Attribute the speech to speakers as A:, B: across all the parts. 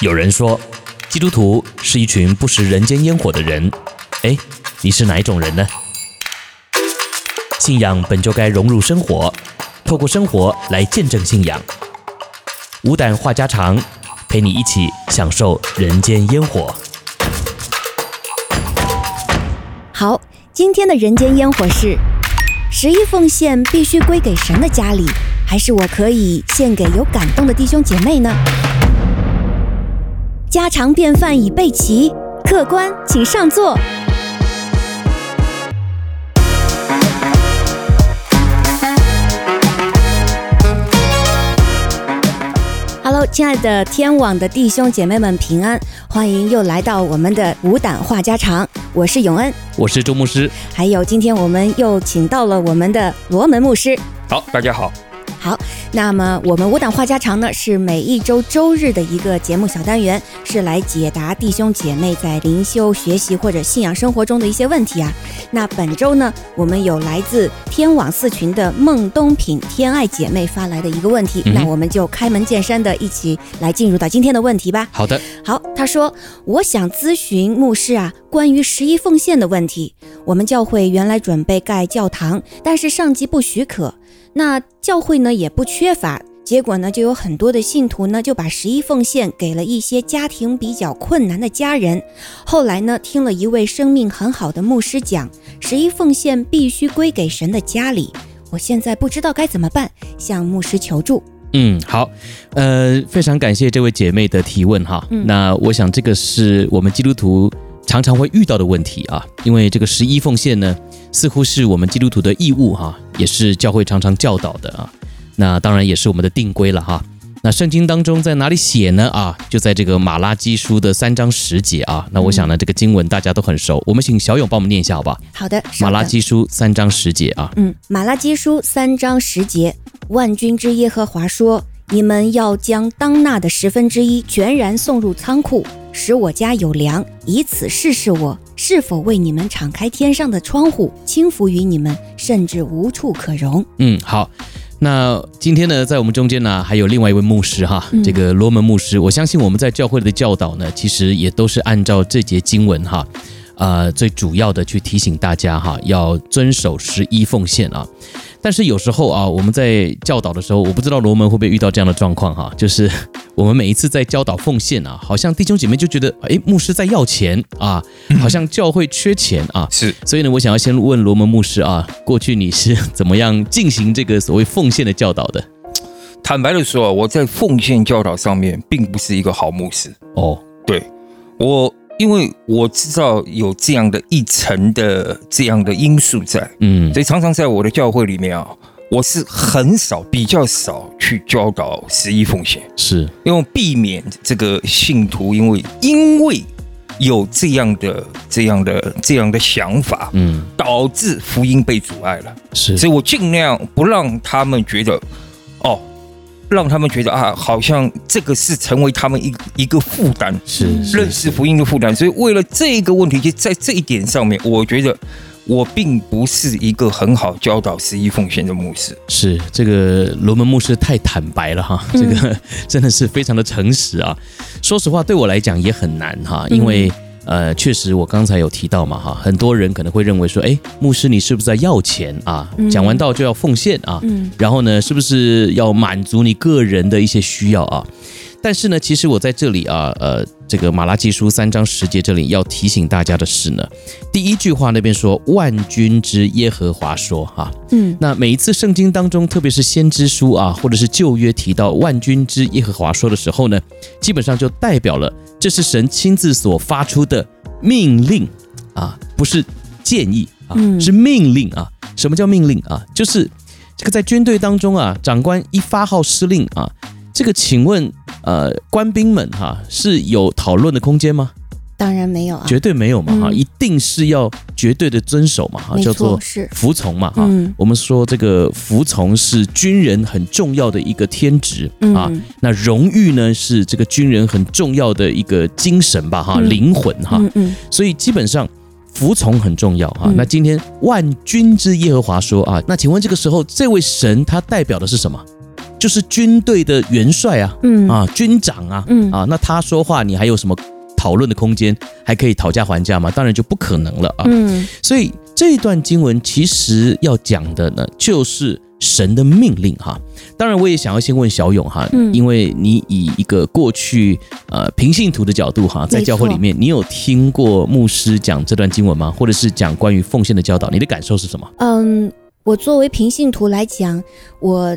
A: 有人说，基督徒是一群不食人间烟火的人。哎，你是哪一种人呢？信仰本就该融入生活，透过生活来见证信仰。无胆话家常，陪你一起享受人间烟火。
B: 好，今天的人间烟火是：十一奉献必须归给神的家里，还是我可以献给有感动的弟兄姐妹呢？家常便饭已备齐，客官请上座。Hello，亲爱的天网的弟兄姐妹们平安，欢迎又来到我们的无胆话家常，我是永恩。
A: 我是周牧师。
B: 还有，今天我们又请到了我们的罗门牧师。
C: 好，大家好，
B: 那么，我们五档话家常呢，是每一周周日的一个节目小单元，是来解答弟兄姐妹在灵修、学习或者信仰生活中的一些问题啊。那本周呢，我们有来自天网四群的孟东品天爱姐妹发来的一个问题，
A: 嗯哼
B: 那我们就开门见山的一起来进入到今天的问题吧。
A: 好的，
B: 好，他说：“我想咨询牧师啊，关于十一奉献的问题。我们教会原来准备盖教堂，但是上级不许可，那教会呢也不缺乏。结果呢，就有很多的信徒呢就把十一奉献给了一些家庭比较困难的家人。后来呢，听了一位生命很好的牧师讲，十一奉献必须归给神的家里。我现在不知道该怎么办，向牧师求助。
A: 嗯，好，呃，非常感谢这位姐妹的提问哈。
B: 嗯
A: 那我想这个是我们基督徒常常会遇到的问题啊，因为这个十一奉献呢，似乎是我们基督徒的义务哈、也是教会常常教导的啊。那当然也是我们的定规了哈、那圣经当中在哪里写呢？啊，就在这个马拉基书的三章十节啊。那我想
B: 嗯
A: 呢，这个经文大家都很熟，我们请小勇帮我们念一下好吧？
B: 好的，稍
A: 马拉
B: 等
A: 基书三章十节啊。
B: 嗯，马拉基书三章十节，万军之耶和华说：“你们要将当纳的十分之一全然送入仓库，使我家有粮，以此试试我是否为你们敞开天上的窗户，轻浮于你们，甚至无处可容。
A: 嗯，好。那今天呢，在我们中间呢，还有另外一位牧师哈，
B: 嗯
A: 这个罗门牧师，我相信我们在教会的教导呢，其实也都是按照这节经文哈，呃，最主要的去提醒大家哈，要遵守十一奉献啊。但是有时候啊，我们在教导的时候，我不知道罗门会不会遇到这样的状况哈，就是我们每一次在教导奉献啊，好像弟兄姐妹就觉得，诶，牧师在要钱啊，好像教会缺钱啊，
C: 是
A: 所以呢，我想要先问罗门牧师啊，过去你是怎么样进行这个所谓奉献的教导的？
C: 坦白的说啊，我在奉献教导上面并不是一个好牧师。
A: 哦，
C: 我因为我知道有这样的一层的这样的因素在，
A: 嗯，
C: 所以常常在我的教会里面啊，我是很少、比较少去教导十一奉献，
A: 是，
C: 因为避免这个信徒因为因为有这样的、这样的、这样的想法，
A: 嗯，
C: 导致福音被阻碍了。
A: 是，
C: 所以我尽量不让他们觉得，哦，让他们觉得啊，好像这个是成为他们一一个负担，
A: 是
C: 认识福音的负担。所以为了这个问题，就在这一点上面，我觉得我并不是一个很好教导十一奉献的牧师。
A: 是这个罗门牧师太坦白了哈，
B: 嗯
A: 这个 真的是非常的诚实啊。说实话，对我来讲也很难哈，因为、呃，确实我刚才有提到嘛哈，很多人可能会认为说，哎，牧师你是不是在要钱啊？
B: 嗯
A: 讲完道就要奉献啊，
B: 嗯
A: 然后呢，是不是要满足你个人的一些需要啊？但是呢，其实我在这里啊，呃，这个马拉基书三章十节这里要提醒大家的是呢，第一句话那边说万军之耶和华说哈、
B: 嗯
A: 那每一次圣经当中，特别是先知书啊，或者是旧约提到万军之耶和华说的时候呢，基本上就代表了这是神亲自所发出的命令啊，不是建议啊，
B: 嗯
A: 是命令啊。什么叫命令啊？就是这个在军队当中啊，长官一发号施令啊，这个请问呃官兵们哈、是有讨论的空间吗？
B: 当然没有啊，
A: 绝对没有嘛哈、
B: 嗯
A: 一定是要绝对的遵守嘛哈，
B: 没
A: 啊叫
B: 错
A: 做啊
B: 是
A: 服从嘛哈、
B: 嗯
A: 我们说这个服从是军人很重要的一个天职、
B: 嗯
A: 啊，那荣誉呢是这个军人很重要的一个精神吧哈，
B: 嗯
A: 灵魂哈、
B: 嗯嗯
A: 所以基本上服从很重要哈、
B: 嗯
A: 那今天万军之耶和华说啊，那请问这个时候这位神他代表的是什么？就是军队的元帅啊，
B: 嗯
A: 啊，军长啊，
B: 嗯
A: 啊，那他说话，你还有什么讨论的空间？还可以讨价还价吗？当然就不可能了啊。
B: 嗯
A: 所以这段经文其实要讲的呢，就是神的命令哈。当然，我也想要先问小勇哈，
B: 嗯
A: 因为你以一个过去呃平信徒的角度哈，在
B: 没错
A: 教会里面，你有听过牧师讲这段经文吗？或者是讲关于奉献的教导，你的感受是什么？
B: 嗯，我作为平信徒来讲，我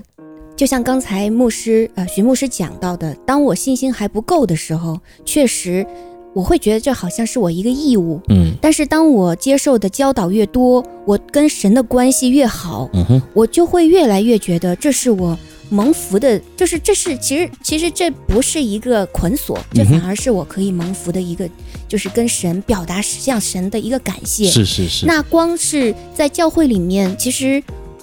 B: 就像刚才牧师呃徐牧师讲到的，当我信心还不够的时候，确实我会觉得这好像是我一个义务。
A: 嗯
B: 但是当我接受的教导越多，我跟神的关系越好，
A: 嗯哼
B: 我就会越来越觉得这是我蒙福的，就是这是其实其实这不是一个捆锁，这
A: 嗯哼
B: 反而是我可以蒙福的一个，就是跟神表达向神的一个感谢。
A: 是是是，
B: 那光是在教会里面，其实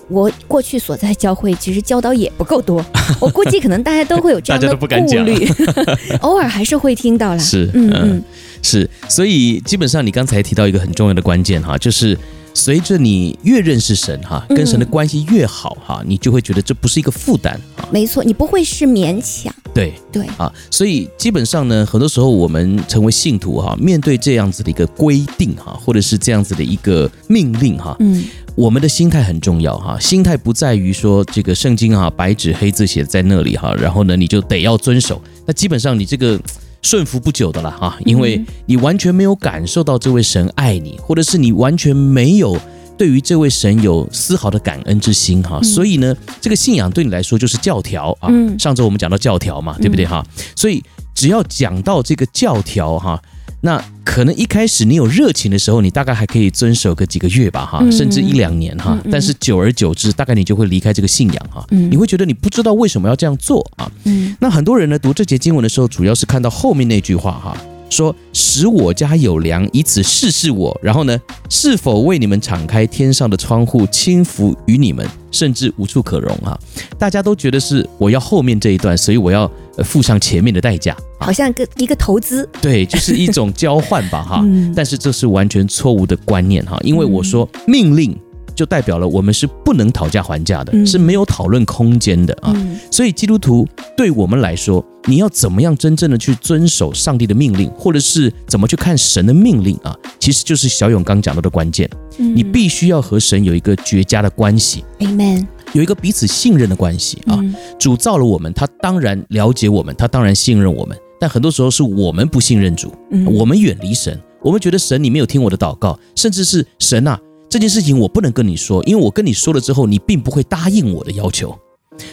B: 我过去所在教会其实教导也不够多， 我估计可能大家都会有这样
A: 大家
B: 的
A: 都不
B: 顾
A: 敢讲
B: 虑，偶尔还是会听到啦。
A: 是
B: 嗯
A: 嗯
B: 嗯
A: 是，所以基本上你刚才提到一个很重要的关键哈，就是随着你越认识神哈，跟神的
B: 嗯
A: 关系越好哈，你就会觉得这不是一个负担啊，
B: 没错，你不会是勉强，
A: 对
B: 对，
A: 啊，所以基本上呢，很多时候我们成为信徒哈，面对这样子的一个规定哈，或者是这样子的一个命令哈，
B: 嗯
A: 我们的心态很重要哈，心态不在于说这个圣经啊白纸黑字写在那里哈，然后呢你就得要遵守，那基本上你这个。顺服不久的了哈，因为你完全没有感受到这位神爱你，或者是你完全没有对于这位神有丝毫的感恩之心哈，所以呢，这个信仰对你来说就是教条啊。
B: 嗯
A: 上周我们讲到教条嘛，对不对哈？所以只要讲到这个教条哈，那可能一开始你有热情的时候，你大概还可以遵守个几个月吧，哈，
B: 嗯
A: 甚至一两年哈。
B: 嗯嗯
A: 但是久而久之，大概你就会离开这个信仰哈。
B: 嗯
A: 你会觉得你不知道为什么要这样做啊。
B: 嗯
A: 那很多人呢读这节经文的时候，主要是看到后面那句话哈，说使我家有粮，以此试试我。然后呢，是否为你们敞开天上的窗户，轻浮于你们，甚至无处可容啊？大家都觉得是我要后面这一段，所以我要呃付上前面的代价啊
B: 好。像个一个投资，
A: 对，就是一种交换吧哈。
B: 嗯
A: 但是这是完全错误的观念哈，因为我说命令就代表了我们是不能讨价还价的，
B: 嗯
A: 是没有讨论空间的啊。
B: 嗯
A: 所以基督徒对我们来说，你要怎么样真正的去遵守上帝的命令，或者是怎么去看神的命令啊，其实就是小勇刚讲到的关键，
B: 嗯
A: 你必须要和神有一个绝佳的关系，
B: Amen
A: 有一个彼此信任的关系啊。
B: 嗯
A: 主造了我们，他当然了解我们，他当然信任我们，但很多时候是我们不信任主，
B: 嗯
A: 我们远离神，我们觉得神你没有听我的祷告，甚至是神啊这件事情我不能跟你说，因为我跟你说了之后，你并不会答应我的要求，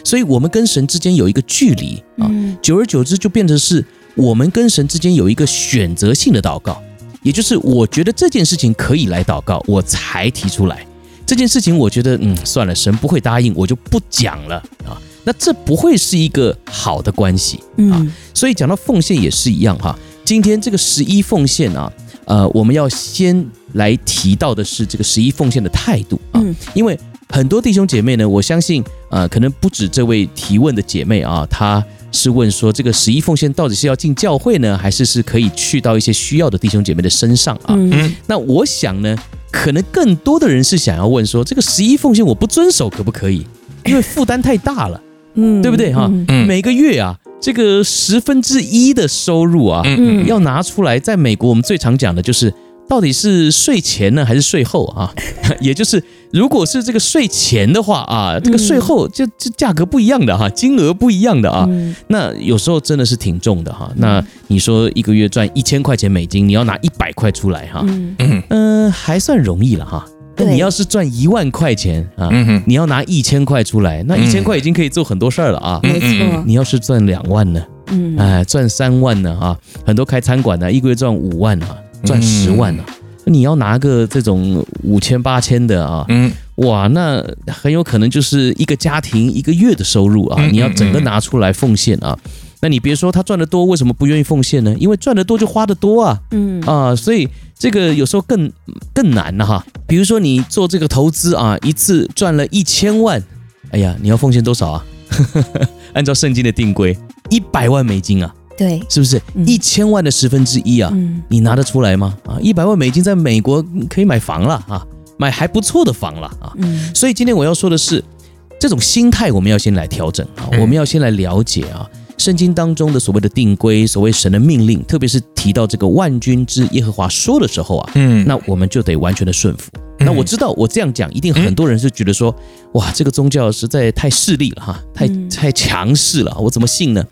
A: 所以我们跟神之间有一个距离啊，
B: 嗯
A: 久而久之就变成是我们跟神之间有一个选择性的祷告，也就是我觉得这件事情可以来祷告，我才提出来。这件事情我觉得，嗯，算了，神不会答应，我就不讲了啊。那这不会是一个好的关系。
B: 嗯
A: 所以讲到奉献也是一样哈。今天这个十一奉献啊，呃，我们要先来提到的是这个十一奉献的态度啊，
B: 嗯
A: 因为很多弟兄姐妹呢，我相信呃，可能不止这位提问的姐妹啊，她是问说这个十一奉献到底是要进教会呢，还是是可以去到一些需要的弟兄姐妹的身上啊？
B: 嗯
A: 那我想呢，可能更多的人是想要问说，这个十一奉献我不遵守可不可以？因为负担太大了。
B: 嗯
A: 对不对哈
B: 嗯
C: 嗯
A: 每个月啊，这个十分之一的收入啊，
B: 嗯
A: 要拿出来，在美国我们最常讲的就是。到底是税前呢，还是税后啊？ 也就是，如果是这个税前的话啊，这个税后就这价格不一样的哈、金额不一样的啊。
B: 嗯
A: 那有时候真的是挺重的哈、那你说一个月赚一千块钱美金，你要拿一百块出来哈、
B: 嗯
C: 嗯
A: 啊嗯、还算容易了哈。那
B: 对
A: 你要是赚一万块钱啊，
C: 嗯哼
A: 你要拿一千块出来，那一千块已经可以做很多事儿了啊。
B: 没错
A: 你要是赚两万呢？
B: 嗯
A: 哎，赚三万呢啊！很多开餐馆的，一个月赚五万啊，
C: 嗯
A: 赚十万啊。你要拿个这种五千八千的啊，
C: 嗯
A: 哇，那很有可能就是一个家庭一个月的收入啊，
C: 嗯嗯
A: 你要整个拿出来奉献啊。那你别说他赚得多，为什么不愿意奉献呢？因为赚得多就花得多啊
B: 嗯
A: 啊，所以这个有时候更更难了、哈。比如说你做这个投资啊，一次赚了一千万，哎呀，你要奉献多少啊？ 按照圣经的定规，一百万美金啊。
B: 对
A: 是不是
B: 嗯
A: 一千万的十分之一啊？
B: 嗯
A: 你拿得出来吗？啊，一百万美金在美国嗯可以买房了啊，买还不错的房了啊。
B: 嗯
A: 所以今天我要说的是，这种心态我们要先来调整啊，
C: 嗯
A: 我们要先来了解啊。圣经当中的所谓的定规，所谓神的命令，特别是提到这个万军之耶和华说的时候啊，
C: 嗯
A: 那我们就得完全的顺服。那我知道，我这样讲，一定很多人是觉得说，哇，这个宗教实在太势利了哈，太
B: 嗯
A: 太强势了，我怎么信呢？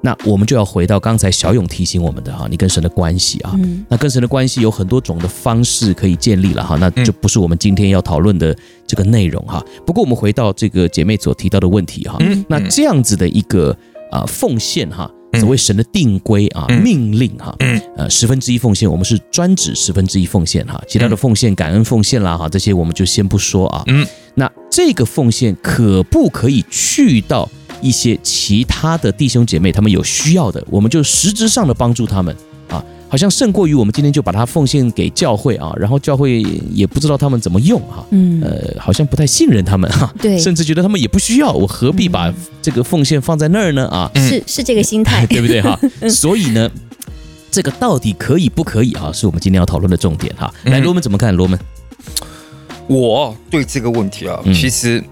A: 那我们就要回到刚才小勇提醒我们的哈，你跟神的关系啊，
B: 嗯
A: 那跟神的关系有很多种的方式可以建立了哈，那
C: 嗯
A: 就不是我们今天要讨论的这个内容哈。不过我们回到这个姐妹所提到的问题哈，
C: 嗯
A: 那这样子的一个啊、呃奉献哈，
C: 嗯
A: 所谓神的定规啊、
C: 嗯
A: 命令哈，
C: 嗯
A: 呃十分之一奉献，我们是专指十分之一奉献哈，其他的
C: 嗯
A: 奉献、感恩奉献啦哈，这些我们就先不说啊。
C: 嗯，
A: 那这个奉献可不可以去到一些其他的弟兄姐妹他们有需要的，我们就实质上的帮助他们啊，好像胜过于我们今天就把它奉献给教会啊，然后教会也不知道他们怎么用哈、
B: 嗯，
A: 呃，好像不太信任他们哈、
B: 对
A: 甚至觉得他们也不需要，我何必把这个奉献放在那儿呢啊？，
C: 嗯
B: 是是这个心 态
A: 对不对 哈？
B: 嗯
A: 所以呢，这个到底可以不可以啊？是我们今天要讨论的重点哈。来，
C: 嗯
A: 罗门怎么看？罗门，
C: 我对这个问题啊，
A: 嗯
C: 其实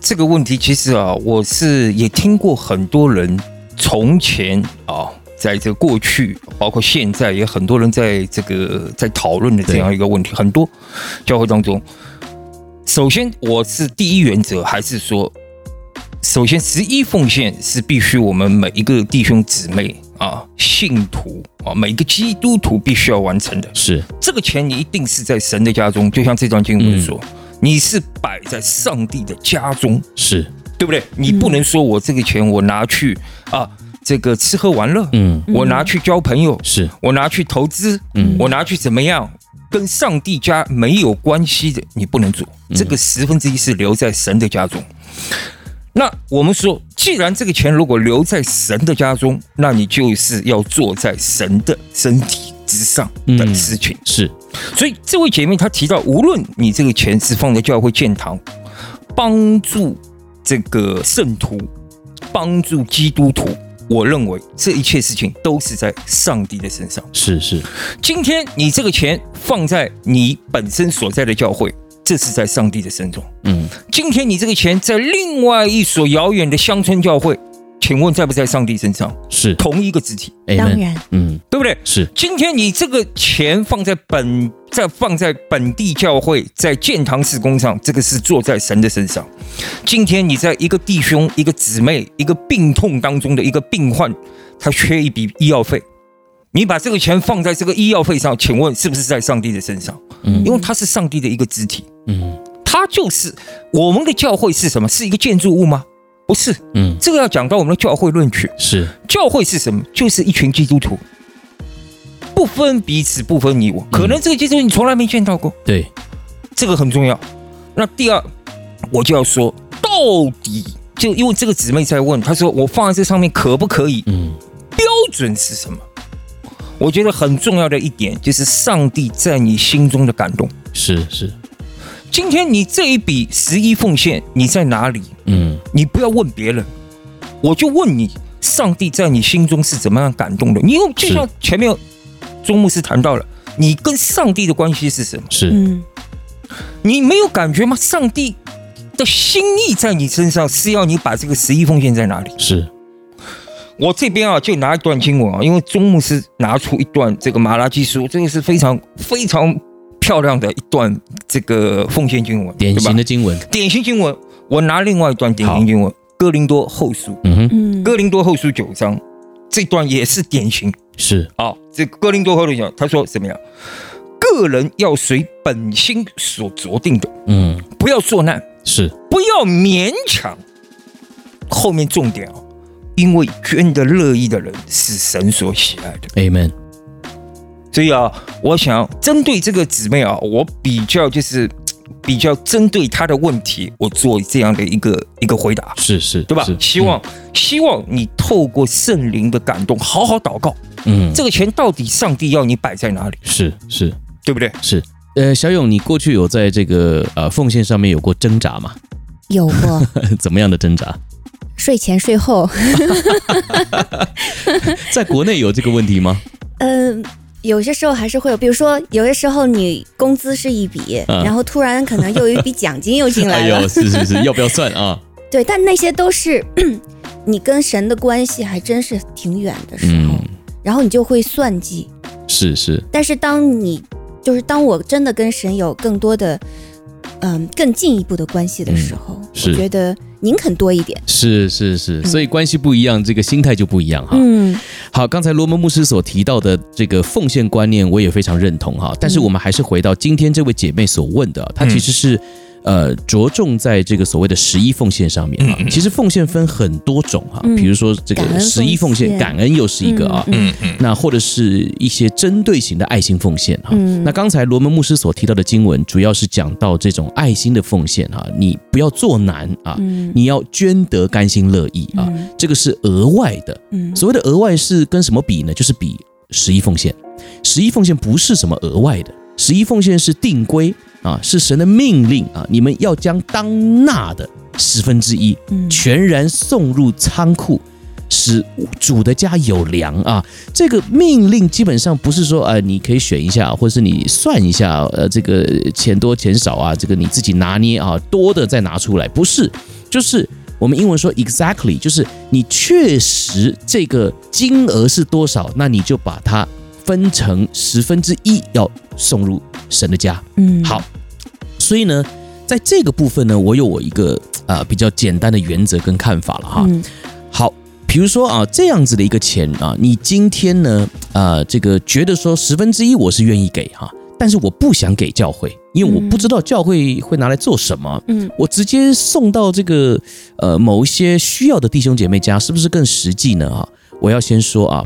C: 这个问题其实啊，我是也听过很多人从前啊，在这过去，包括现在，也很多人在这个在讨论的这样一个问题，很多教会当中。首先，我是第一原则，还是说，首先十一奉献是必须我们每一个弟兄姊妹啊、信徒啊、每一个基督徒必须要完成的。
A: 是
C: 这个钱你一定是在神的家中，就像这段经文
A: 嗯
C: 说，你是摆在上帝的家中，
A: 是，
C: 对不对？你不能说我这个钱我拿去啊，这个吃喝玩乐，
A: 嗯，
C: 我拿去交朋友，
A: 是，
C: 我拿去投资，
A: 嗯
C: 我拿去怎么样？跟上帝家没有关系的，你不能做。
A: 嗯
C: 这个十分之一是留在神的家中。那我们说，既然这个钱如果留在神的家中，那你就是要坐在神的身体之上的
A: 嗯
C: 事情。
A: 是，
C: 所以这位姐妹她提到，无论你这个钱是放在教会建堂，帮助这个圣徒，帮助基督徒，我认为这一切事情都是在上帝的身上。
A: 是，是，
C: 今天你这个钱放在你本身所在的教会，这是在上帝的身中。
A: 嗯，
C: 今天你这个钱在另外一所遥远的乡村教会，请问在不在上帝身上？
A: 是，
C: 同一个肢体，
B: 当
A: Amen，
B: 然，
A: 嗯，
C: 对不对？
A: 是，
C: 今天你这个钱放在本在放在本地教会，在建堂施工上，这个是坐在神的身上。今天你在一个弟兄、一个姊妹、一个病痛当中的一个病患，他缺一笔医药费，你把这个钱放在这个医药费上，请问是不是在上帝的身上？
A: 嗯
C: 因为他是上帝的一个肢体，
A: 嗯，
C: 他就是我们的教会是什么？是一个建筑物吗？不是，
A: 嗯，
C: 这个要讲到我们的教会论去。
A: 是，
C: 教会是什么？就是一群基督徒，不分彼此，不分你我。可能这个基督徒你从来没见到过，
A: 对，
C: 这个很重要。那第二，我就要说，到底就因为这个姊妹在问，她说我放在这上面可不可以？
A: 嗯，
C: 标准是什么？我觉得很重要的一点就是上帝在你心中的感动。
A: 是，是，
C: 今天你这一笔十一奉献，你在哪里？
A: 嗯，
C: 你不要问别人，我就问你，上帝在你心中是怎么样感动的？你用就是像前面钟牧师谈到了，你跟上帝的关系是什么？
A: 是，
B: 嗯
C: 你没有感觉吗？上帝的心意在你身上是要你把这个十一奉献在哪里？
A: 是，
C: 我这边啊，就拿一段经文啊，因为钟牧师拿出一段这个马拉基书，这个是非常非常漂亮的一段这个奉献经文，
A: 典
C: 对吧
A: 型的经文，
C: 典型经文。我拿另外一段典型经文，《哥林多后书》。
A: 嗯哼，
B: 嗯，
C: 哥林多后书九章这段也是典型
A: 是，
C: 啊、这个哥林多后书讲，他说怎么样？个人要随本心所酌定的，
A: 嗯，
C: 不要作难，
A: 是，
C: 不要勉强。后面重点哦，因为捐的乐意的人是神所喜爱的。
A: Amen，
C: 所以啊，我想针对这个姊妹啊，我比较就是嘖比较针对她的问题，我做这样的一个一个回答，
A: 是，是，
C: 对吧
A: 是？
C: 希望、，希望你透过圣灵的感动，好好祷告，
A: 嗯，嗯
C: 这个钱到底上帝要你摆在哪里，
A: 是，是，
C: 对不对？
A: 是。呃，小勇，你过去有在这个呃奉献上面有过挣扎吗？
B: 有过
A: 怎么样的挣扎？
B: 睡前睡后，
A: 在国内有这个问题吗？
B: 嗯。有些时候还是会有，比如说有些时候你工资是一笔，
A: 嗯
B: 然后突然可能又有一笔奖金又进来
A: 哎
B: 了，
A: 呦，是是是，要不要算啊？
B: 对，但那些都是 你跟神的关系还真是挺远的时候，
A: 嗯，
B: 然后你就会算计。
A: 是是，
B: 但是当你就是当我真的跟神有更多的，嗯，更进一步的关系的时候，
A: 嗯是
B: 我觉得宁肯多一点。
A: 是是是，所以关系不一样，这个心态就不一样哈。
B: 嗯，
A: 好，刚才罗门牧师所提到的这个奉献观念，我也非常认同哈。
B: 嗯
A: 但是我们还是回到今天这位姐妹所问的，她其实是。呃，着重在这个所谓的十一奉献上面啊，其实奉献分很多种哈、
B: 嗯
A: 比如说这
B: 感
A: 个
B: 恩
A: 十一奉献，
B: 奉献
A: 感恩又是一个啊，
B: 嗯
C: 嗯嗯，
A: 那或者是一些针对型的爱心奉献哈、
B: 嗯
A: 那刚才罗门牧师所提到的经文，主要是讲到这种爱心的奉献哈、你不要做难啊，
B: 嗯
A: 你要捐得甘心乐意啊，
B: 嗯
A: 这个是额外的。
B: 嗯
A: 所谓的额外是跟什么比呢？就是比十一奉献。十一奉献不是什么额外的，十一奉献是定规啊，是神的命令啊，你们要将当纳的十分之一
B: 嗯
A: 全然送入仓库。使主的家有粮啊！这个命令基本上不是说，呃，你可以选一下，或是你算一下，呃，这个钱多钱少啊，这个你自己拿捏啊，多的再拿出来，不是，就是我们英文说 exactly，就是你确实这个金额是多少，那你就把它分成十分之一要送入神的家。
B: 嗯
A: 好，所以呢，在这个部分呢，我有我一个呃比较简单的原则跟看法了哈。
B: 嗯
A: 好，比如说啊，这样子的一个钱啊，你今天呢，呃，这个觉得说十分之一我是愿意给哈、但是我不想给教会，因为我不知道教会会拿来做什么。
B: 嗯
A: 我直接送到这个呃某一些需要的弟兄姐妹家，是不是更实际呢？啊，我要先说啊，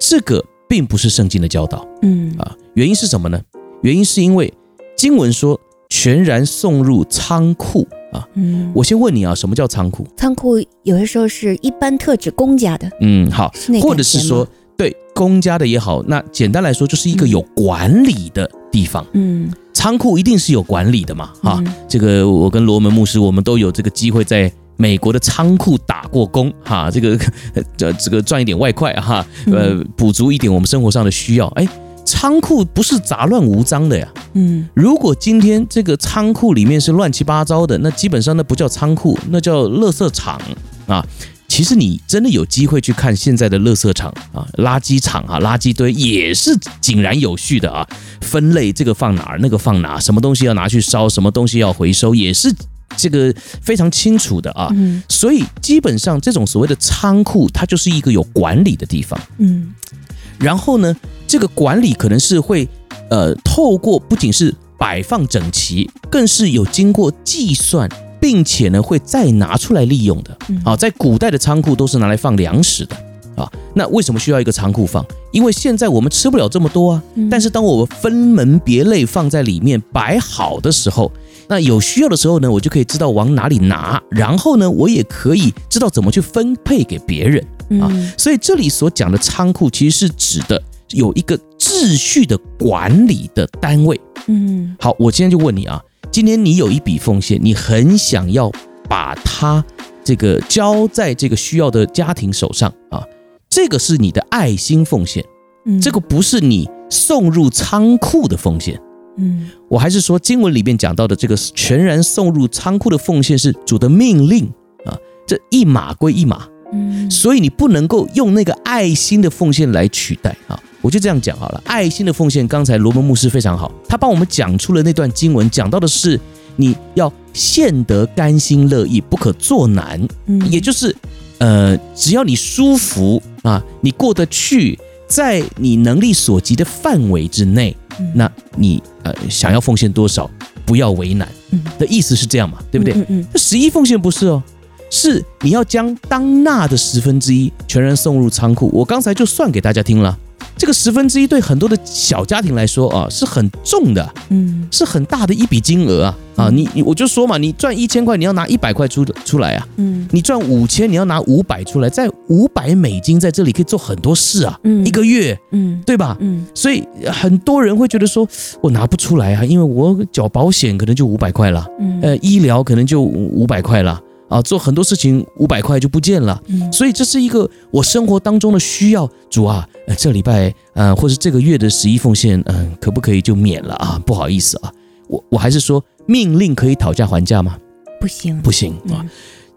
A: 这个并不是圣经的教导
B: 嗯
A: 啊，原因是什么呢？原因是因为经文说全然送入仓库啊。
B: 嗯，
A: 我先问你啊，什么叫仓库？
B: 仓库有些时候是一般特指公家的，
A: 嗯，好，
B: 是那
A: 或
B: 感
A: 者是
B: 觉吗
A: 说，对公家的也好，那简单来说就是一个有管理的地方。
B: 嗯
A: 仓库一定是有管理的嘛，哈、
B: 嗯
A: 这个我跟罗门牧师，我们都有这个机会在美国的仓库打过工，哈，这个呃这这个赚一点外快，哈，呃，
B: 嗯
A: 补足一点我们生活上的需要。哎，仓库不是杂乱无章的呀。
B: 嗯
A: 如果今天这个仓库里面是乱七八糟的，那基本上那不叫仓库，那叫垃圾场啊。其实你真的有机会去看现在的垃圾场啊、垃圾场啊、垃圾堆也是井然有序的啊，分类这个放哪儿，那个放哪儿，什么东西要拿去烧，什么东西要回收，也是这个非常清楚的啊。
B: 嗯
A: 所以基本上这种所谓的仓库，它就是一个有管理的地方。
B: 嗯
A: 啊然后呢，这个管理可能是会呃透过不仅是摆放整齐，更是有经过计算。并且呢，会再拿出来利用的。好、在古代的仓库都是拿来放粮食的啊。那为什么需要一个仓库放？因为现在我们吃不了这么多啊。但是当我们分门别类放在里面摆好的时候，那有需要的时候呢，我就可以知道往哪里拿，然后呢，我也可以知道怎么去分配给别人。
B: 嗯
A: 啊所以这里所讲的仓库，其实是指的有一个秩序的管理的单位。
B: 嗯
A: 好，我今天就问你啊，今天你有一笔奉献，你很想要把它这个交在这个需要的家庭手上啊，这个是你的爱心奉献，
B: 嗯
A: 这个不是你送入仓库的奉献。
B: 嗯
A: 我还是说经文里面讲到的这个全然送入仓库的奉献是主的命令啊，这一码归一码。
B: 嗯
A: 所以你不能够用那个爱心的奉献来取代啊。我就这样讲好了，爱心的奉献，刚才罗门牧师非常好，他帮我们讲出了那段经文，讲到的是你要献得甘心乐意，不可做难，
B: 嗯
A: 也就是，呃，只要你舒服啊，你过得去，在你能力所及的范围之内，
B: 嗯
A: 那你呃想要奉献多少，不要为难
B: 嗯
A: 的意思是这样嘛，对不对？
B: 嗯嗯
A: 这十一奉献不是哦，是你要将当纳的十分之一全然送入仓库。我刚才就算给大家听了，这个十分之一对很多的小家庭来说啊是很重的，
B: 嗯
A: 是很大的一笔金额啊啊！你你我就说嘛，你赚一千块，你要拿一百块出出来啊；
B: 嗯
A: 你赚五千，你要拿五百出来。在五百美金在这里可以做很多事啊，
B: 嗯
A: 一个月
B: 嗯
A: 对吧？
B: 嗯
A: 所以很多人会觉得说，我拿不出来啊，因为我缴保险可能就五百块了。
B: 嗯
A: 呃，医疗可能就五百块了啊，做很多事情五百块就不见了。
B: 嗯
A: 所以这是一个我生活当中的需要。主啊，呃，这礼拜呃，或是这个月的十一奉献，嗯、可不可以就免了啊？不好意思啊，我我还是说命令可以讨价还价吗？
B: 不行
A: 不行啊。
B: 嗯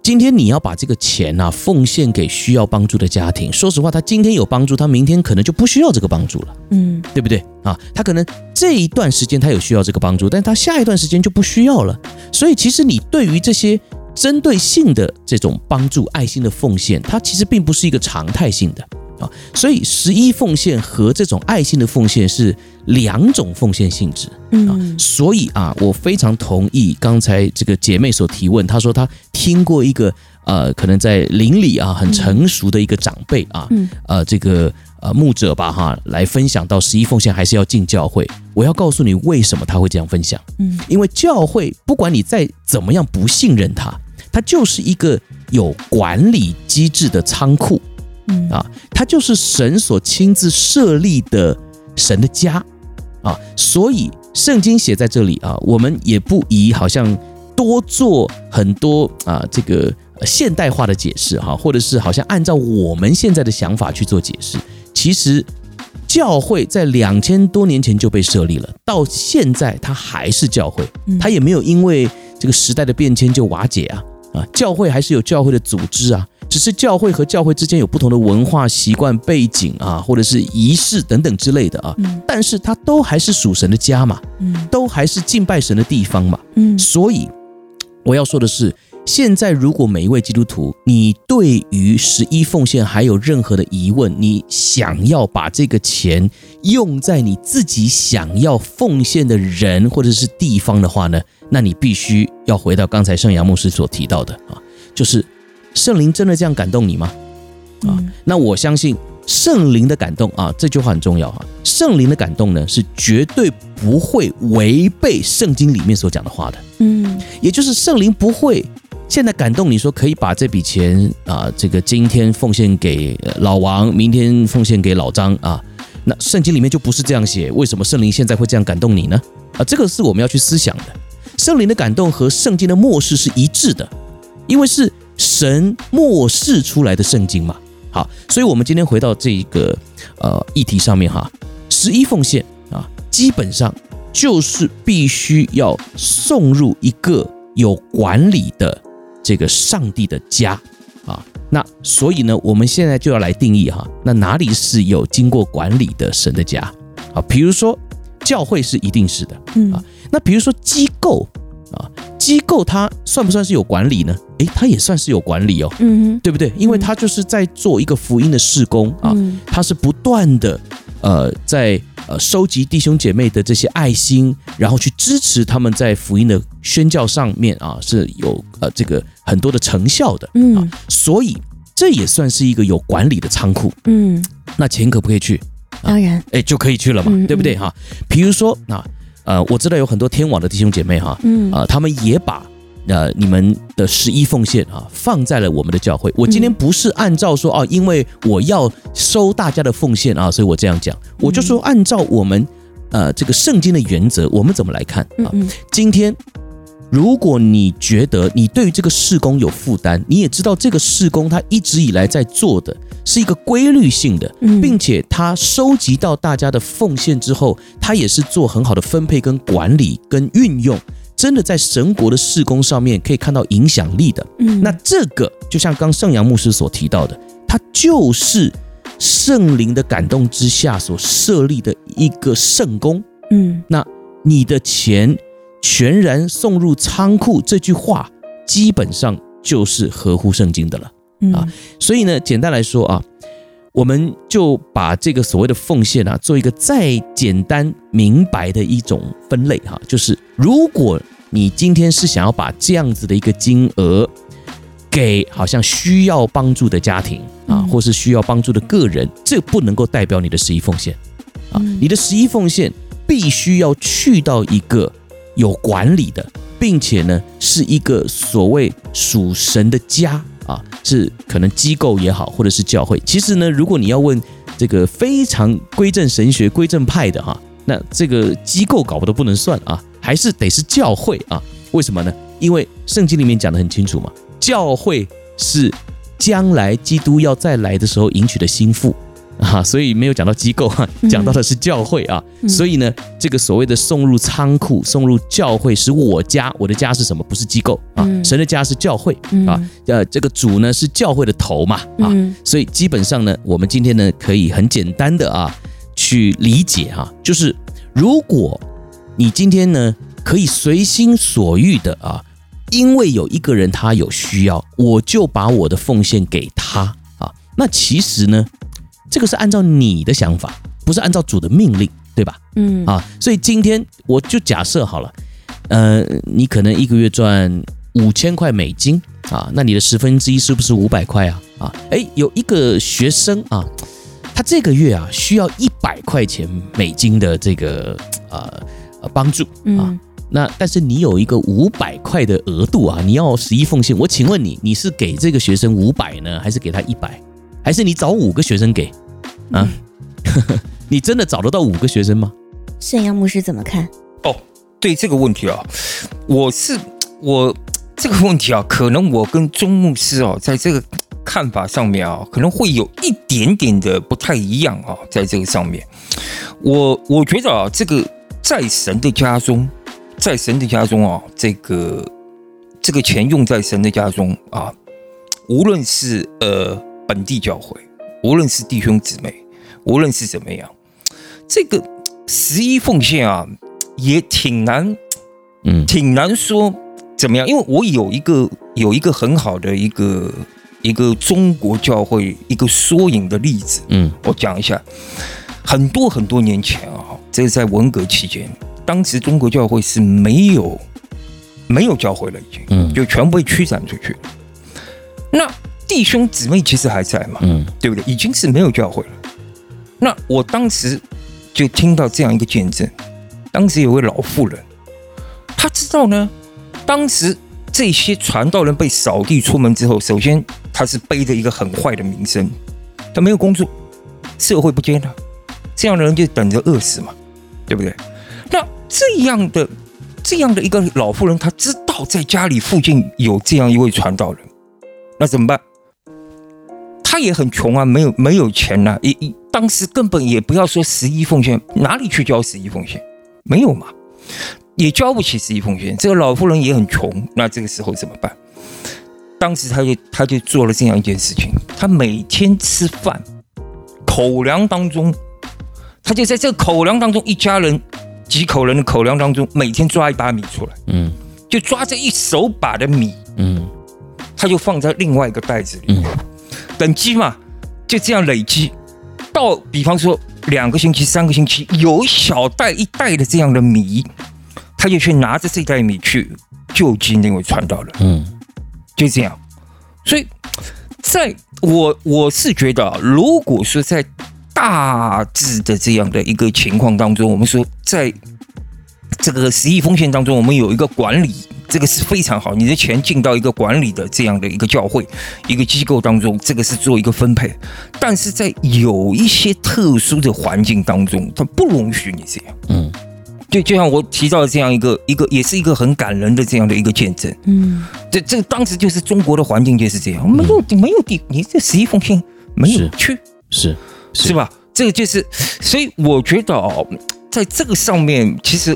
A: 今天你要把这个钱啊奉献给需要帮助的家庭，说实话，他今天有帮助，他明天可能就不需要这个帮助了，
B: 嗯
A: 对不对啊？他可能这一段时间他有需要这个帮助，但他下一段时间就不需要了。所以，其实你对于这些针对性的这种帮助、爱心的奉献，它其实并不是一个常态性的啊。所以，十一奉献和这种爱心的奉献是两种奉献性质。啊
B: 嗯，
A: 所以啊，我非常同意刚才这个姐妹所提问，她说她听过一个呃，可能在邻里啊很成熟的一个长辈啊，
B: 嗯
A: 呃，这个呃牧者吧哈，来分享到十一奉献还是要进教会。我要告诉你为什么他会这样分享，
B: 嗯
A: 因为教会不管你再怎么样不信任他，它就是一个有管理机制的仓库，
B: 嗯
A: 啊，它就是神所亲自设立的神的家啊，所以圣经写在这里啊，我们也不宜好像多做很多啊这个呃现代化的解释哈、或者是好像按照我们现在的想法去做解释，其实。教会在两千多年前就被设立了，到现在它还是教会，
B: 嗯
A: 它也没有因为这个时代的变迁就瓦解啊啊！教会还是有教会的组织啊，只是教会和教会之间有不同的文化习惯、背景啊，或者是仪式等等之类的啊。
B: 嗯
A: 但是它都还是属神的家嘛，
B: 嗯
A: 都还是敬拜神的地方嘛。
B: 嗯
A: 所以我要说的是，现在如果每一位基督徒，你对于十一奉献还有任何的疑问，你想要把这个钱用在你自己想要奉献的人或者是地方的话呢，那你必须要回到刚才圣阳牧师所提到的啊，就是圣灵真的这样感动你吗？
B: 嗯
A: 啊，那我相信圣灵的感动啊，这句话很重要啊。圣灵的感动呢，是绝对不会违背圣经里面所讲的话的，
B: 嗯
A: 也就是圣灵不会现在感动你说可以把这笔钱啊，这个今天奉献给呃老王，明天奉献给老张啊。那圣经里面就不是这样写，为什么圣灵现在会这样感动你呢？啊，这个是我们要去思想的。圣灵的感动和圣经的漠视是一致的，因为是神漠视出来的圣经嘛。好，所以我们今天回到这个呃议题上面哈，十一奉献啊，基本上就是必须要送入一个有管理的这个上帝的家啊。那所以呢，我们现在就要来定义哈，那哪里是有经过管理的神的家啊？比如说教会是一定是的，
B: 嗯
A: 啊那比如说机构啊，机构它算不算是有管理呢？诶，它也算是有管理哦，
B: 嗯
A: 对不对？因为它就是在做一个福音的事工啊，
B: 嗯
A: 它是不断的呃在呃收集弟兄姐妹的这些爱心，然后去支持他们在福音的宣教上面啊是有呃这个很多的成效的，
B: 嗯
A: 所以这也算是一个有管理的仓库。
B: 嗯，
A: 那钱可不可以去？
B: 当然，
A: 哎，就可以去了嘛，
B: 嗯
A: 对不对哈？比如说啊，呃，我知道有很多天网的弟兄姐妹哈，
B: 嗯
A: 啊、他们也把呃你们的十一奉献啊放在了我们的教会。我今天不是按照
B: 嗯
A: 说哦、因为我要收大家的奉献啊，所以我这样讲，我就说按照我们呃这个圣经的原则，我们怎么来看啊？
B: 嗯
A: 今天。如果你觉得你对于这个事工有负担，你也知道这个事工它一直以来在做的是一个规律性的，
B: 嗯
A: 并且他收集到大家的奉献之后，他也是做很好的分配、跟管理、跟运用，真的在神国的事工上面可以看到影响力的。
B: 嗯，
A: 那这个就像刚圣阳牧师所提到的，它就是圣灵的感动之下所设立的一个圣功。
B: 嗯
A: 你的钱全然送入仓库，这句话基本上就是合乎圣经的了。
B: 嗯
A: 啊所以呢，简单来说啊，我们就把这个所谓的奉献啊，做一个再简单明白的一种分类哈、就是如果你今天是想要把这样子的一个金额给好像需要帮助的家庭啊
B: 嗯，
A: 或是需要帮助的个人，这不能够代表你的十一奉献啊
B: 嗯，
A: 你的十一奉献必须要去到一个有管理的，并且呢是一个所谓属神的家啊，是可能机构也好，或者是教会。啊其实呢，如果你要问这个非常归正神学、归正派的哈、那这个机构搞不都不能算啊，还是得是教会啊？为什么呢？因为圣经里面讲的很清楚嘛，教会是将来基督要再来的时候迎娶的心腹啊，所以没有讲到机构啊，
B: 嗯
A: 讲到的是教会啊。
B: 嗯
A: 所以呢，这个所谓的送入仓库、送入教会，是我家，我的家是什么？不是机构啊，
B: 嗯
A: 神的家是教会啊。呃，这个主呢是教会的头嘛啊，
B: 嗯
A: 所以基本上呢，我们今天呢可以很简单的啊去理解哈、就是如果你今天呢可以随心所欲的啊，因为有一个人他有需要，我就把我的奉献给他啊，那其实呢，这个是按照你的想法，不是按照主的命令，对吧？
B: 嗯
A: 啊，所以今天我就假设好了，呃，你可能一个月赚五千块美金啊，那你的十分之一是不是五百块啊？啊，诶，有一个学生啊，他这个月啊需要一百块钱美金的这个呃呃帮助啊，
B: 嗯
A: 那但是你有一个五百块的额度啊，你要十一奉献，我请问你，你是给这个学生五百呢，还是给他一百，还是你找五个学生给啊？
B: 嗯
A: 你真的找得到五个学生吗？
B: 沈阳牧师怎么看？
C: 对这个问题啊，我是我这个问题啊，可能我跟钟牧师哦，在这个看法上面啊，可能会有一点点的不太一样啊，在这个上面，我我觉得啊，这个在神的家中，在神的家中啊，这个这个钱用在神的家中啊，无论是呃本地教会，无论是弟兄姊妹，无论是怎么样，这个十一奉献啊，也挺难
A: 嗯
C: 挺难说怎么样，因为我有一个有一个很好的一个一个中国教会一个缩影的例子，
A: 嗯
C: 我讲一下。很多很多年前啊，这是在文革期间，当时中国教会是没有没有教会了，已经
A: 嗯
C: 就全部被驱赶出去了。那弟兄姊妹其实还在嘛，
A: 嗯
C: 对不对？已经是没有教会了。那我当时就听到这样一个见证，当时有位老妇人，她知道呢，当时这些传道人被扫地出门之后，首先她是背着一个很坏的名声，她没有工作，社会不接纳，这样的人就等着饿死嘛，对不对？那这样的这样的一个老妇人，她知道在家里附近有这样一位传道人，那怎么办？他也很穷啊，没有没有钱呐、一一当时根本也不要说十一奉献，哪里去交十一奉献？没有嘛，也交不起十一奉献。这个老妇人也很穷，那这个时候怎么办？当时他就他就做了这样一件事情，他每天吃饭，口粮当中，他就在这个口粮当中，一家人几口人的口粮当中，每天抓一把米出来，
A: 嗯
C: 就抓这一手把的米，
A: 嗯
C: 他就放在另外一个袋子里，
A: 嗯
C: 等积嘛，就这样累积，到比方说两个星期、三个星期，有一小袋一袋的这样的米，他就去拿着这袋米去救济那位传道人，
A: 嗯
C: 就这样。所以，在我我是觉得啊，如果说在大致的这样的一个情况当中，我们说在这个十亿风险当中，我们有一个管理，这个是非常好。你的钱进到一个管理的这样的一个教会、一个机构当中，这个是做一个分配。但是在有一些特殊的环境当中，它不容许你这样。
A: 嗯
C: 就就像我提到的这样一个一个，也是一个很感人的这样的一个见证。
B: 嗯
C: 这这当时就是中国的环境就是这样，没有没有地，你这十一奉献没有
A: 是
C: 去，
A: 是是
C: 是吧？这个就是，所以我觉得哦，在这个上面，其实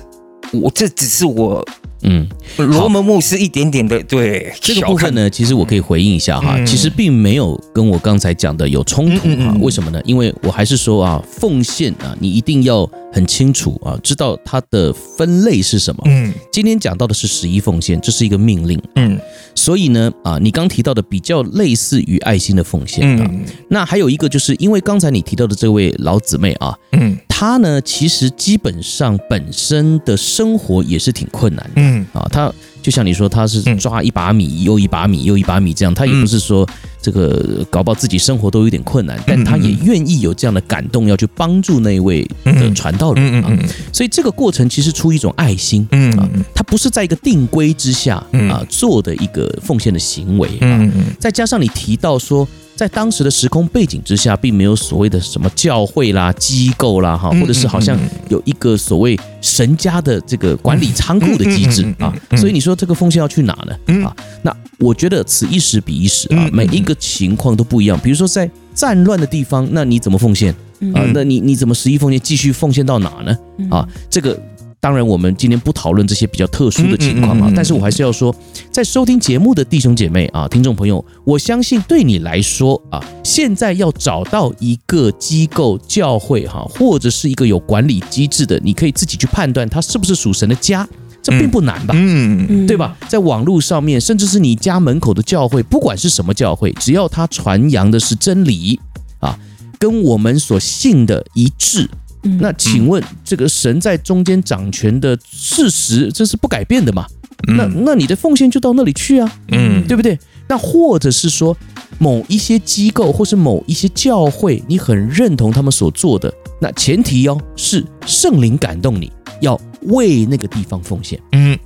C: 我这只是我
A: 嗯，
C: 罗门牧师一点点的对
A: 这个部分，呢，其实我可以回应一下哈，
C: 嗯
A: 其实并没有跟我刚才讲的有冲突
C: 嗯嗯
A: 啊。
C: 嗯
A: 为什么呢？因为我还是说啊，奉献啊，你一定要很清楚啊，知道它的分类是什么。
C: 小看嗯
A: 今天讲到的是十一奉献，这是一个命令，
C: 嗯
A: 所以呢，啊，你刚提到的比较类似于爱心的奉献啊。
C: 嗯
A: 那还有一个就是因为刚才你提到的这位老姊妹啊，
C: 嗯
A: 她呢其实基本上本身的生活也是挺困难的。
C: 嗯
A: 啊，他就像你说，他是
C: 嗯
A: 抓一把米又一把米又一把米这样，他也
C: 嗯
A: 不是说这个搞不好自己生活都有点困
C: 嗯
A: 难，但他也愿意有这样的感动，要去帮助那一位的
C: 嗯
A: 传道人、
C: 嗯
A: 啊。所以这个过程其实出于一种爱心，
C: 嗯
A: 啊，他不是在一个定规之下
C: 嗯
A: 啊做的一个奉献的行为啊。
C: 嗯
A: 再加上你提到说，在当时的时空背景之下，并没有所谓的什么教会啦、机构啦，哈，
C: 嗯
A: 或者是好像
C: 嗯嗯
A: 有一个所谓神家的这个管理仓库的机制
C: 嗯嗯嗯
A: 啊
C: 嗯嗯，
A: 所以你说这个风险要去哪呢？啊，那我觉得此一时彼一时啊
C: 嗯嗯，
A: 每一个情况都不一样。比如说在战乱的地方，那你怎么奉献
B: 嗯
A: 啊、那你你怎么十一奉献，继续奉献到哪呢？啊，这个当然我们今天不讨论这些比较特殊的情况啊，
C: 嗯嗯嗯嗯嗯
A: 但是我还是要说，在收听节目的弟兄姐妹啊，听众朋友，我相信对你来说啊，现在要找到一个机构、教会哈、或者是一个有管理机制的，你可以自己去判断它是不是属神的家，这并不难吧？
C: 嗯，
B: 嗯
A: 对？吧？在网络上面，甚至是你家门口的教会，不管是什么教会，只要它传扬的是真理啊，跟我们所信的一致，
B: 嗯
A: 那请问这个神在中间掌权的事实，这是不改变的嘛？那那你的奉献就到那里去啊，
C: 嗯
A: 对不对？那或者是说某一些机构或是某一些教会，你很认同他们所做的，那前提哦是圣灵感动你，要为那个地方奉献。
C: 嗯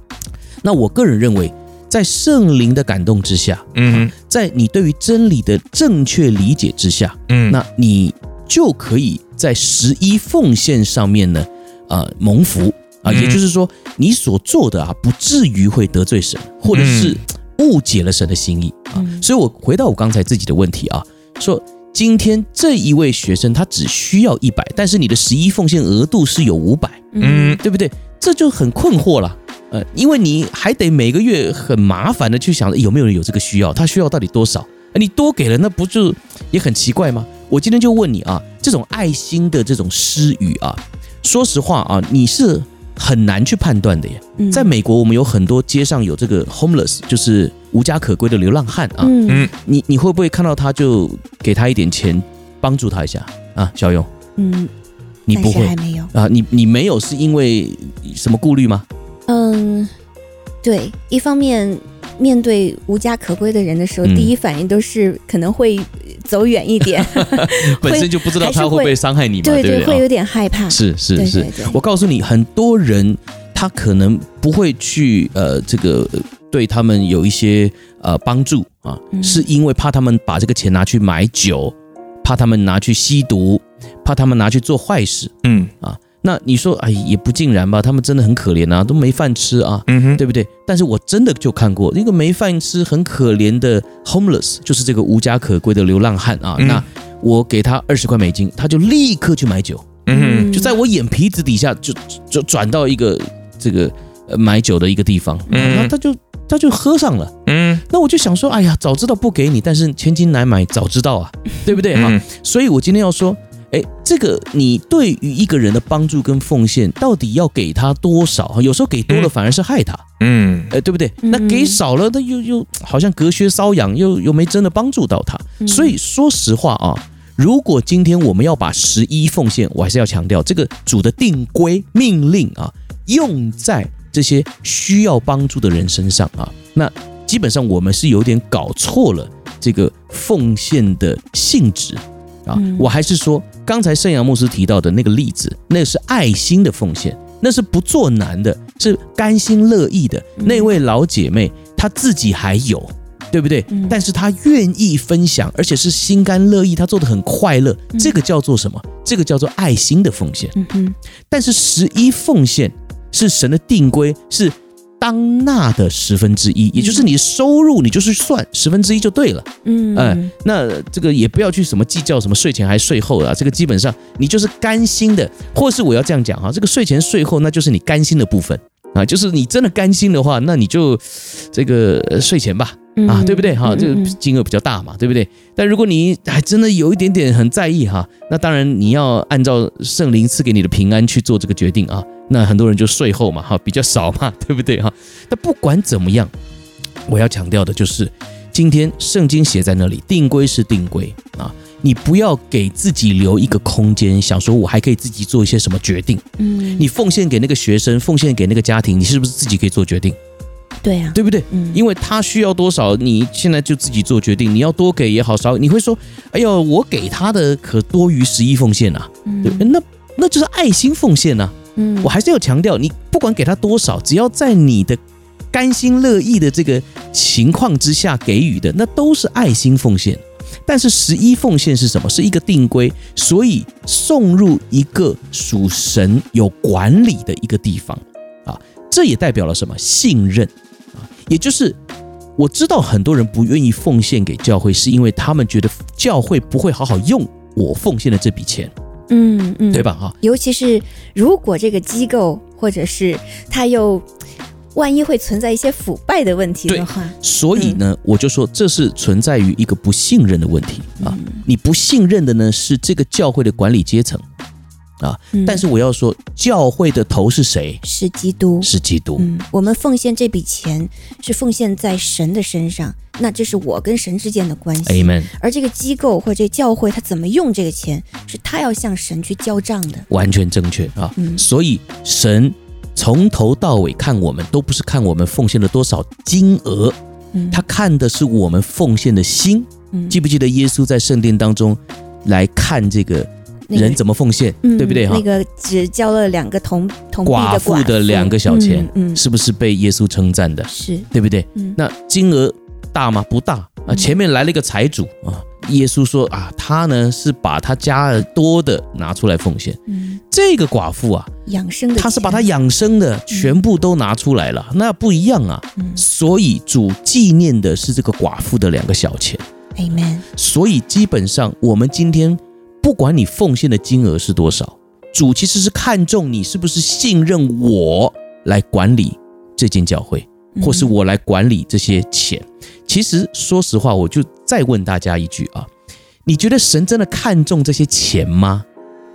A: 那我个人认为，在圣灵的感动之下，
C: 嗯
A: 在你对于真理的正确理解之下，
C: 嗯
A: 那你就可以在十一奉献上面呢，呃，蒙福啊、
C: 嗯
A: 也就是说，你所做的啊，不至于会得罪神，或者
C: 嗯
A: 是误解了神的心意啊。
B: 嗯
A: 所以我回到我刚才自己的问题啊，说。今天这一位学生他只需要一百，但是你的十一奉献额度是有五百，
C: 嗯
A: 对不对？这就很困惑了。呃，因为你还得每个月很麻烦的去想哎有没有人有这个需要，他需要到底多少？呃你多给了，那不就也很奇怪吗？我今天就问你啊，这种爱心的这种施语啊，说实话啊，你是很难去判断的耶。
B: 嗯
A: 在美国，我们有很多街上有这个 homeless，就是无家可归的流浪汉啊，
B: 嗯
C: 嗯
A: 你你会不会看到他就给他一点钱，帮助他一下啊？小勇，
B: 嗯，
A: 你不
B: 暂时
A: 会
B: 还没有，
A: 啊？你你没有是因为什么顾虑吗？
B: 嗯，对，一方面面对无家可归的人的时候，
A: 嗯
B: 第一反应都是可能会走远一点，
A: 本身就不知道他会不会伤害你嘛，
B: 对
A: 不对？
B: 会
A: 啊
B: 有点害怕，
A: 是是
B: 对
A: 是
B: 对对，
A: 我告诉你，很多人他可能不会去呃这个呃对他们有一些呃帮助啊，
B: 嗯
A: 是因为怕他们把这个钱拿去买酒，怕他们拿去吸毒，怕他们拿去做坏事。啊
C: 嗯
A: 那你说，哎，也不尽然吧，他们真的很可怜啊，都没饭吃啊。
C: 嗯哼，
A: 对不对？但是我真的就看过那个没饭吃、很可怜的 homeless，就是这个无家可归的流浪汉啊。
C: 嗯
A: 那我给他二十块美金，他就立刻去买酒，
C: 嗯
A: 就在我眼皮子底下就就转到一个这个呃买酒的一个地方，
C: 嗯
A: 那他就他就喝上了。
C: 嗯
A: 那我就想说，哎呀，早知道不给你，但是千金难买早知道 啊，对不对啊？
C: 嗯
A: 所以我今天要说，哎，这个你对于一个人的帮助跟奉献，到底要给他多少？有时候给多了
C: 嗯
A: 反而是害他。
C: 嗯
A: 呃，对不对？
B: 嗯
A: 那给少了，那又又好像隔靴搔痒，又又没真的帮助到他。
B: 嗯
A: 所以说实话啊，如果今天我们要把十一奉献，我还是要强调这个主的定规命令啊，用在这些需要帮助的人身上啊，那基本上我们是有点搞错了这个奉献的性质啊。
B: 嗯
A: 我还是说，刚才圣阳牧师提到的那个例子，那是爱心的奉献。那是不做难的，是甘心乐意的。
B: 嗯
A: 那位老姐妹她自己还有，对不对？
B: 嗯
A: 但是她愿意分享，而且是心甘乐意，她做的很快乐。
B: 嗯
A: 这个叫做什么？这个叫做爱心的奉献。
B: 嗯哼，
A: 但是十一奉献是神的定规，是当纳的十分之一，也就是你收入，你就是算十分之一就对了。
B: 嗯，
A: 哎、那这个也不要去什么计较什么税前还税后啊，这个基本上你就是甘心的，或是我要这样讲哈、这个税前税后那就是你甘心的部分啊，就是你真的甘心的话，那你就这个呃税前吧，
B: 嗯
A: 啊，对不对？哈，这个
B: 嗯
A: 金额比较大嘛，对不对？但如果你还真的有一点点很在意哈，那当然你要按照圣灵赐给你的平安去做这个决定啊。那很多人就税后嘛，哈，比较少嘛，对不对？哈，那不管怎么样，我要强调的就是，今天圣经写在那里，定规是定规啊，你不要给自己留一个空间，想说我还可以自己做一些什么决定。
B: 嗯，
A: 你奉献给那个学生，奉献给那个家庭，你是不是自己可以做决定？
B: 对啊，
A: 对不对？
B: 嗯，
A: 因为他需要多少，你现在就自己做决定。你要多给也好，少你会说，哎呦，我给他的可多于十一奉献啊，对不对，那那就是爱心奉献啊。
B: 嗯，
A: 我还是要强调，你不管给他多少，只要在你的甘心乐意的这个情况之下给予的，那都是爱心奉献。但是十一奉献是什么？是一个定规，所以送入一个属神有管理的一个地方啊，这也代表了什么？信任啊，也就是我知道很多人不愿意奉献给教会，是因为他们觉得教会不会好好用我奉献的这笔钱，
B: 嗯嗯，
A: 对吧？啊哈，
B: 尤其是如果这个机构或者是它又万一会存在一些腐败的问题的话，
A: 所以
B: 嗯
A: 呢，我就说这是存在于一个不信任的问题啊。
B: 嗯
A: 你不信任的呢是这个教会的管理阶层啊，
B: 嗯
A: 但是我要说，教会的头是谁？
B: 是基督。
A: 是基督。
B: 嗯，我们奉献这笔钱是奉献在神的身上，那这是我跟神之间的关系。
A: Amen，
B: 而这个机构或者这个教会，他怎么用这个钱，是他要向神去交账的。
A: 完全正确啊。
B: 嗯
A: 所以神从头到尾看我们，都不是看我们奉献了多少金额，
B: 嗯，
A: 他看的是我们奉献的心。
B: 嗯
A: 记不记得耶稣在圣殿当中来看这个
B: 那个
A: 人怎么奉献，
B: 嗯
A: 对不对哈？
B: 那个只交了两个铜铜币的
A: 寡妇的两个小钱，
B: 嗯，嗯
A: 是不是被耶稣称赞的？
B: 是，
A: 对不对？
B: 嗯
A: 那金额大吗？不大啊。前面来了一个财主啊，耶稣说啊，他呢是把他家多的拿出来奉献。
B: 嗯，
A: 这个寡妇啊，
B: 养生的钱，
A: 他是把他养生的全部都拿出来了，那不一样啊。
B: 嗯
A: 所以主纪念的是这个寡妇的两个小钱。
B: ，amen，
A: 所以基本上，我们今天不管你奉献的金额是多少，主其实是看重你是不是信任我来管理这间教会，
B: 嗯
A: 或是我来管理这些钱。其实说实话，我就再问大家一句啊，你觉得神真的看重这些钱吗？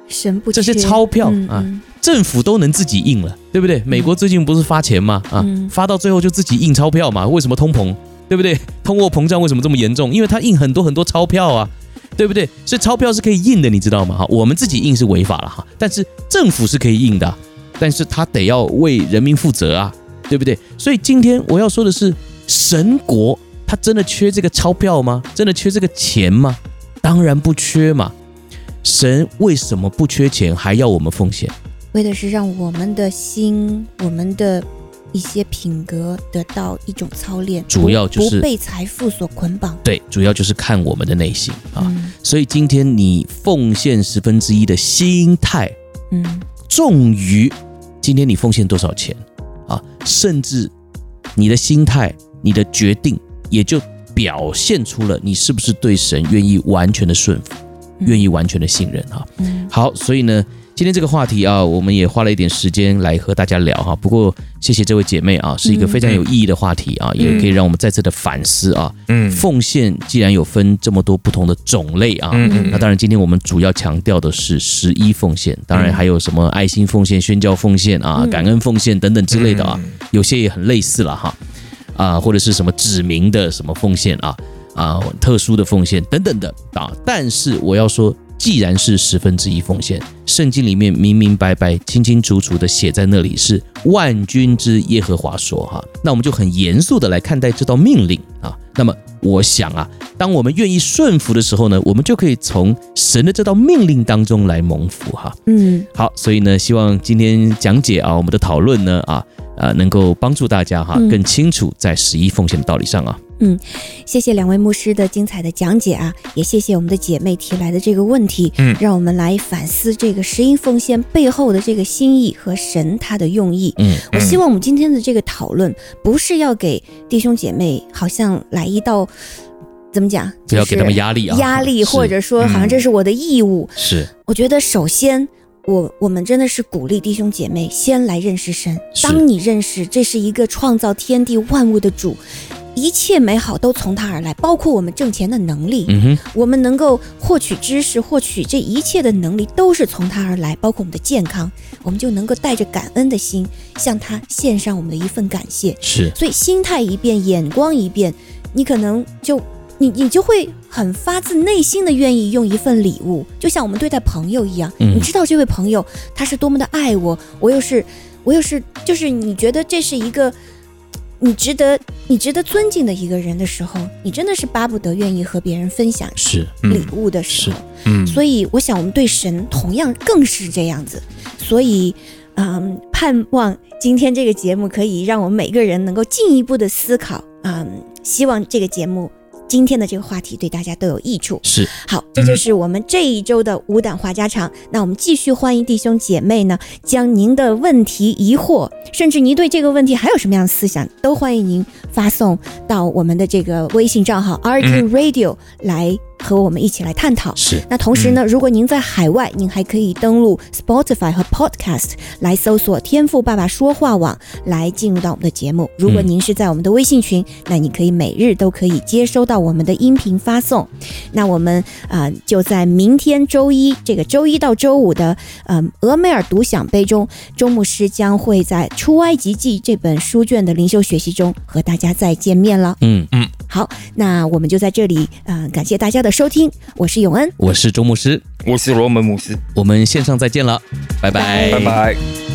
B: 神不
A: 这些
B: 缺
A: 钞票
B: 嗯
A: 啊
B: 嗯
A: 政府都能自己印了，对不对？美国最近不是发钱吗？啊，
B: 嗯
A: 发到最后就自己印钞票嘛。为什么通膨？对不对？ 通货膨胀为什么这么严重？因为他印很多很多钞票啊，对不对？所以钞票是可以印的，你知道吗？哈，我们自己印是违法了哈，但是政府是可以印的啊，但是他得要为人民负责啊，对不对？所以今天我要说的是，神国他真的缺这个钞票吗？真的缺这个钱吗？当然不缺嘛。神为什么不缺钱，还要我们奉献？
B: 为的是让我们的心，我们的一些品格得到一种操练，
A: 主要就
B: 不
A: 是
B: 不被财富所捆绑
A: 对，主要就是看我们的内心啊。
B: 嗯
A: 所以今天你奉献十分之一的心态，
B: 嗯
A: 重于今天你奉献多少钱啊，甚至你的心态、你的决定，也就表现出了你是不是对神愿意完全的顺服，
B: 嗯
A: 愿意完全的信任啊。
B: 嗯
A: 好，所以呢，今天这个话题啊，我们也花了一点时间来和大家聊哈。不过谢谢这位姐妹啊，是
B: 嗯
A: 一个非常有意义的话题啊，也可以让我们再次的反思啊。
C: 嗯
A: 奉献既然有分这么多不同的种类啊，
C: 嗯
A: 那当然今天我们主要强调的是十一奉献，当然还有什么爱心奉献、宣教奉献啊、
B: 嗯
A: 感恩奉献等等之类的啊，有些也很类似了哈，啊，或者是什么指明的什么奉献啊，啊，特殊的奉献等等的啊。但是我要说，既然是十分之一奉献，圣经里面明明白白、清清楚楚的写在那里是万军之耶和华说哈、那我们就很严肃的来看待这道命令啊。那么我想啊，当我们愿意顺服的时候呢，我们就可以从神的这道命令当中来蒙福哈、
B: 嗯，
A: 好，所以呢，希望今天讲解啊，我们的讨论呢啊，呃，能够帮助大家哈、
B: 嗯
A: 更清楚在十一奉献的道理上啊。
B: 谢谢两位牧师的精彩的讲解啊，也谢谢我们的姐妹提来的这个问题，
C: 嗯
B: 让我们来反思这个十音奉献背后的这个心意和神他的用意。
A: 嗯，
B: 我希望我们今天的这个讨论，不是要给弟兄姐妹好像来一道怎么讲，
A: 不要给他们压力啊，
B: 压力，
A: 是
B: 或者说
C: 嗯
B: 好像这是我的义务。
A: 是
B: 我觉得首先。我我们真的是鼓励弟兄姐妹先来认识神。
A: 是
B: 当你认识这是一个创造天地万物的主，一切美好都从他而来，包括我们挣钱的能力。
A: 嗯哼，
B: 我们能够获取知识、获取这一切的能力，都是从他而来，包括我们的健康，我们就能够带着感恩的心，向他献上我们的一份感谢。
A: 是
B: 所以心态一变，眼光一变，你可能就你你就会很发自内心的愿意用一份礼物，就像我们对待朋友一样，
A: 嗯
B: 你知道这位朋友他是多么的爱我，我又是我又是就是你觉得这是一个。你值得你值得尊敬的一个人的时候，你真的是巴不得愿意和别人分享
A: 嗯是，
B: 礼物的时候，
C: 嗯
B: 所以我想我们对神同样更是这样子，所以嗯，盼望今天这个节目可以让我们每个人能够进一步的思考，嗯，希望这个节目今天的这个话题对大家都有益处。
A: 是
B: 好，这就是我们这一周的无党话家常。那我们继续欢迎弟兄姐妹呢，将您的问题、疑惑，甚至您对这个问题还有什么样的思想，都欢迎您发送到我们的这个微信账号 RG Radio 来和我们一起来探讨。
A: 是，
B: 那同时呢，如果您在海外，您还可以登录 Spotify 和 Podcast 来搜索“天赋爸爸说话网”来进入到我们的节目。如果您是在我们的微信群，那你可以每日都可以接收到我们的音频发送。那我们啊、呃就在明天周一，这个周一到周五的嗯、呃俄梅尔独享杯中，周牧师将会在《出埃及记》这本书卷的灵修学习中和大家再见面了。
A: 嗯，
B: 好，那我们就在这里，嗯、感谢大家的收听，我是永恩。
A: 我是周牧师，
C: 我是罗门姆斯，
A: 我们线上再见了，拜拜，
C: 拜拜。